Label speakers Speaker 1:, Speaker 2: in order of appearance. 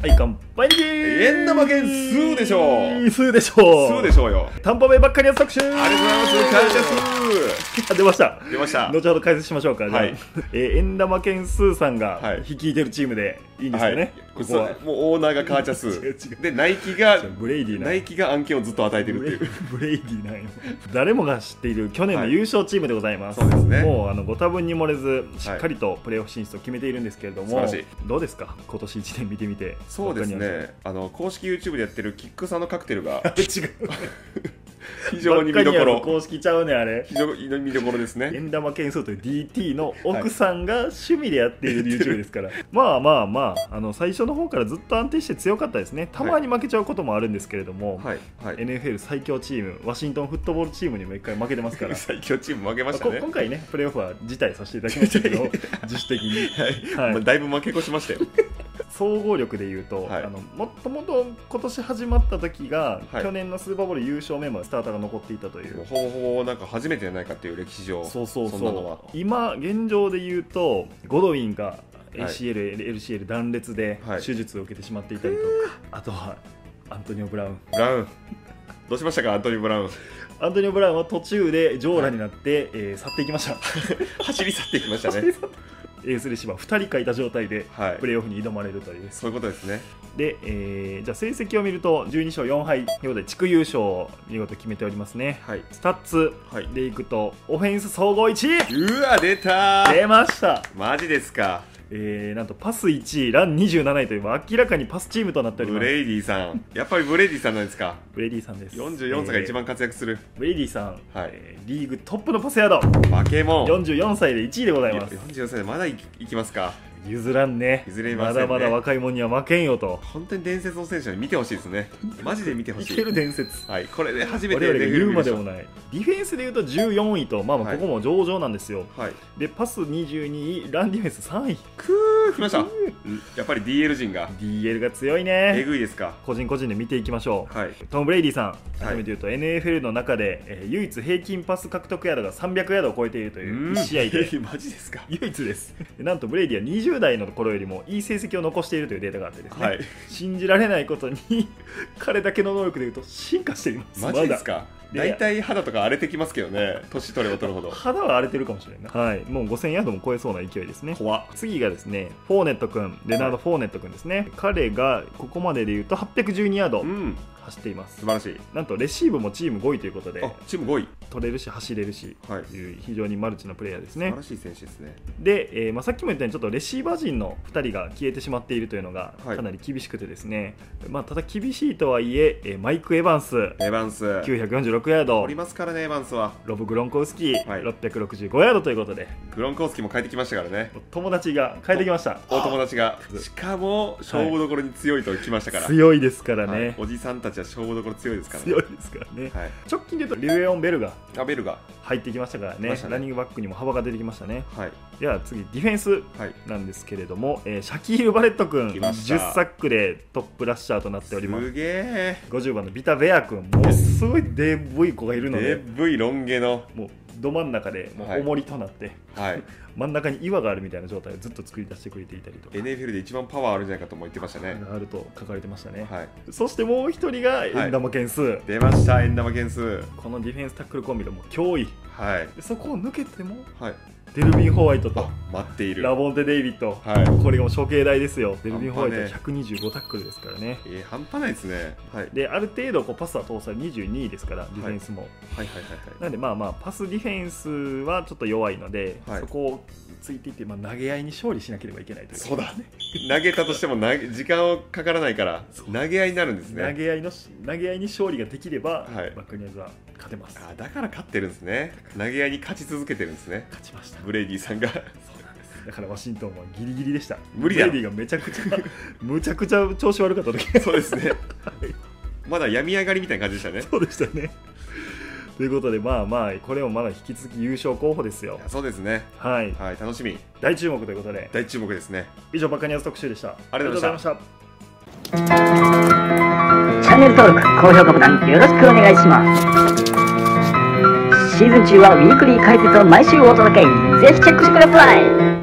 Speaker 1: はい、乾杯でーす
Speaker 2: 円玉券数でしょう
Speaker 1: 数でしょう
Speaker 2: そうでしょうよ
Speaker 1: タンパベばっかりや作集
Speaker 2: ありがとうございます感謝数
Speaker 1: あ出ました
Speaker 2: 出ました
Speaker 1: 後ほど解説しましょうか、
Speaker 2: はい
Speaker 1: じゃあ、えー、円玉犬スーさん
Speaker 2: は
Speaker 1: が
Speaker 2: い
Speaker 1: 率いてるチームでいいんですよね、
Speaker 2: こ
Speaker 1: こ
Speaker 2: こ
Speaker 1: こは
Speaker 2: はもうオーナーがカーチャ
Speaker 1: 違う違
Speaker 2: 数
Speaker 1: う
Speaker 2: でナイキが
Speaker 1: ブレイディーな
Speaker 2: ナイキが案件をずっと与えてる
Speaker 1: ブ
Speaker 2: って
Speaker 1: レ
Speaker 2: い
Speaker 1: イ
Speaker 2: う
Speaker 1: ブレイディーなんよ誰もが知っている去年の優勝チームでございます、
Speaker 2: はいそうですね
Speaker 1: もうあのご多分に漏れずしっかりとプレーオフ進出を決めているんですけれども、
Speaker 2: 素晴らしい
Speaker 1: どうですか今年1年見てみて
Speaker 2: そうです
Speaker 1: わかりまし
Speaker 2: ねあの公式 YouTube でやってるキックさんのカクテ ルが
Speaker 1: た違う
Speaker 2: 非常に見どこ
Speaker 1: バッカニアの
Speaker 2: ろ
Speaker 1: 公式ちゃうねあれ
Speaker 2: 非常に見どころですね
Speaker 1: 円玉件数という DT の奥さんが趣味でやっている YouTube ですから、まあまあまああの最初の方からずっと安定して強かったですねたまに負けちゃうこともあるんですけれども、
Speaker 2: はいはい
Speaker 1: NFL 最強チームワシントンフットボールチームにも一回負けてます から、
Speaker 2: 最強チーム負けました
Speaker 1: こ
Speaker 2: ね
Speaker 1: 今回ねプレーオフは辞退させていただきましたけど自主的に
Speaker 2: は
Speaker 1: は
Speaker 2: い
Speaker 1: い
Speaker 2: まあだいぶ負け越しましたよ
Speaker 1: 総合力でいうと、
Speaker 2: はい
Speaker 1: あのもともと今年始まった時が、
Speaker 2: はい
Speaker 1: 去年のスーパーボウル優勝メンバースターターが残っていたという
Speaker 2: ほぼほぼなんか初めてじゃないかっていう歴史上
Speaker 1: そうそうそうん
Speaker 2: なのは
Speaker 1: 今現状で言うとゴドウィンが
Speaker 2: い
Speaker 1: ACL、LCL 断裂で
Speaker 2: はい
Speaker 1: 手術を受けてしまっていたりとか、あとはアントニオ・ブラウン
Speaker 2: ブラウンどうしましたかアントニー・ブラウン
Speaker 1: アントニオ・ブラウンは途中で上羅になって、えー去っていきました
Speaker 2: 走り去っていきました
Speaker 1: エ
Speaker 2: ね
Speaker 1: ースレシーバー2人かいた状態で
Speaker 2: はい
Speaker 1: プレーオフに挑まれるという
Speaker 2: そういうことですね
Speaker 1: で、えーじゃあ成績を見ると12勝4敗ということで地区優勝を見事決めておりますね
Speaker 2: はい
Speaker 1: スタッツ
Speaker 2: はい
Speaker 1: でいくとオフェンス総合1位
Speaker 2: うわ出たー
Speaker 1: 出ました
Speaker 2: マジですか
Speaker 1: えー、なんとパス1位、ラン27位という、もう明らかにパスチームとなっており
Speaker 2: ブ
Speaker 1: ます。
Speaker 2: レイディさんやっぱりブレイディさんなんですか
Speaker 1: ブレイディさんです。
Speaker 2: 44歳が一番活躍する、
Speaker 1: えーブレイディさん、
Speaker 2: はい
Speaker 1: えーリーグトップのパスヤード、
Speaker 2: バケモン
Speaker 1: 44歳で1位でございます。
Speaker 2: 44歳でまだいいきますか
Speaker 1: 譲らんね。
Speaker 2: 譲れませんね
Speaker 1: だまだ若い者には負けんよと。
Speaker 2: 本当に伝説の選手に見てほしいですねマジで見てほ
Speaker 1: い
Speaker 2: し
Speaker 1: け
Speaker 2: い
Speaker 1: る伝説。
Speaker 2: はいこれで初め
Speaker 1: 我
Speaker 2: て
Speaker 1: 々が
Speaker 2: レフェリー
Speaker 1: 言う
Speaker 2: 見
Speaker 1: ま
Speaker 2: ま
Speaker 1: で
Speaker 2: し
Speaker 1: もない。ディフェンスで言うと14位と、まあま
Speaker 2: は
Speaker 1: あ
Speaker 2: い
Speaker 1: ここも上々なんですよ。
Speaker 2: たはい
Speaker 1: で、パス22位、ランディフェンス3位。
Speaker 2: くー来ましたやっぱり DL 陣が
Speaker 1: DL が強い
Speaker 2: え
Speaker 1: ね。
Speaker 2: ぐいですか
Speaker 1: 個人個人で見ていきましょう。
Speaker 2: はい
Speaker 1: トム・ブレイディさん、改めて言うと NFL の中で、えー唯一平均パス獲得ヤードが300ヤードを超えているという1試合で
Speaker 2: マジですか
Speaker 1: 唯一ですでなんとブレイディは20代の頃よりもいい成績を残しているというデータがあってですね、
Speaker 2: はい
Speaker 1: 信じられないことに 彼だけの能力でいうと進化しています
Speaker 2: マジですか
Speaker 1: まだ
Speaker 2: 大体肌とか荒れてきますけどね年取れば取るほ
Speaker 1: まだ
Speaker 2: ど
Speaker 1: 肌は荒れてるかもしれない、はい、もう5000ヤードも超えそうな勢いですね
Speaker 2: 怖っ
Speaker 1: 次がですねフォーネット君レナード・フォーネット君ですね彼がここまででいうと812ヤード
Speaker 2: うん
Speaker 1: 走っています
Speaker 2: 素晴らしい
Speaker 1: なんとレシーブもチーム5位ということで
Speaker 2: あチーム5位
Speaker 1: 取れるし走れるし
Speaker 2: はい
Speaker 1: という非常にマルチなプレイヤーです
Speaker 2: 素晴
Speaker 1: ね
Speaker 2: ら。しい選手ですね
Speaker 1: で、えーまあ、さっきも言ったようにちょっとレシーバー陣の2人が消えてしまっているというのが
Speaker 2: はい
Speaker 1: かなり厳しくてですね、まあ、ただ厳しいとはいええーマイク・エバンス
Speaker 2: エバンス
Speaker 1: 946ヤード
Speaker 2: おりますからねエバンスは
Speaker 1: ロブ・グロンコウスキー、
Speaker 2: はい
Speaker 1: 665ヤードということで
Speaker 2: グロンコースキーも帰ってきましたからね
Speaker 1: 友達が変えてきました
Speaker 2: お友達が
Speaker 1: あ
Speaker 2: しかも勝負どころに強いと来ましたから、
Speaker 1: 強いですから
Speaker 2: はい
Speaker 1: ね、
Speaker 2: おじさんたちは勝負どころ強いですからね
Speaker 1: 強いですからね
Speaker 2: はい
Speaker 1: 直近で言うとリュエオン・ベルが
Speaker 2: アベルが
Speaker 1: 入ってきましたから
Speaker 2: 来
Speaker 1: ね
Speaker 2: ましたね
Speaker 1: ランニングバックにも幅が出てきましたね
Speaker 2: はい
Speaker 1: では次ディフェンス
Speaker 2: はい
Speaker 1: なんですけれども、えーシャキール・バレット君
Speaker 2: 来ました
Speaker 1: 10サックでトップラッシャーとなっております
Speaker 2: すげえ
Speaker 1: 50番のビタ・ベア君もうすごいデブい子がいるの
Speaker 2: で
Speaker 1: で
Speaker 2: っぶいロン毛の
Speaker 1: もうど真ん中でもう
Speaker 2: はい
Speaker 1: 重りとなって、
Speaker 2: はい
Speaker 1: 真ん中に岩があるみたいな状態をずっと作り出してくれていたりとか
Speaker 2: NFL で一番パワーあるんじゃないかとも言ってましたね
Speaker 1: があると書かれてましたね、
Speaker 2: はい
Speaker 1: そしてもう一人が円玉件数、
Speaker 2: 出ました円玉件数
Speaker 1: このディフェンスタックルコンビがもう脅威
Speaker 2: はい
Speaker 1: でそこを抜けても
Speaker 2: はい
Speaker 1: デルビン・ホワイトと
Speaker 2: あ待っている
Speaker 1: ラボンテ・デイビッド、
Speaker 2: はい
Speaker 1: これがもう処刑台ですよデルビン・ホワイトは
Speaker 2: 半
Speaker 1: 125タックルですからね
Speaker 2: えー、半端ないですねはいはい
Speaker 1: である程度こうパスは通され22位ですからディフェンスも、
Speaker 2: はいはいは
Speaker 1: なんでまあまあパスディフェンスはちょっと弱いので、
Speaker 2: はい
Speaker 1: そこをついていって、まあ、投げ合いに勝利しなければいけないとい
Speaker 2: いうそうだ投げたとしても投げ時間をかからないから投げ合いになるんですね
Speaker 1: 投げ合いの投げ合いに勝利ができれば、
Speaker 2: はい
Speaker 1: バックニアーズは勝てます
Speaker 2: あだから勝ってるんですね投げ合いに勝ち続けてるんですね
Speaker 1: 勝ちました
Speaker 2: ブレイディさんが
Speaker 1: そうなんですだからワシントンはギリギリでした
Speaker 2: 無理だ
Speaker 1: ブレイディがめちゃく ちゃむちゃくちゃ調子悪かった時
Speaker 2: そうですねまだ病み上がりみたいな感じでしたね
Speaker 1: そうでしたねということでまあまあこれもまだ引き続き優勝候補ですよ
Speaker 2: いやそうですね
Speaker 1: はい
Speaker 2: はい楽しみ
Speaker 1: 大注目ということで
Speaker 2: 大注目ですね
Speaker 1: 以上バッカニアーズ特集でした
Speaker 2: ありがとうございま
Speaker 1: ありがとうございました
Speaker 3: チャンネル登録、高評価ボタンよろしくお願いします。シーズン中はウィークリー解説を毎週お届け。ぜひチェックしてください。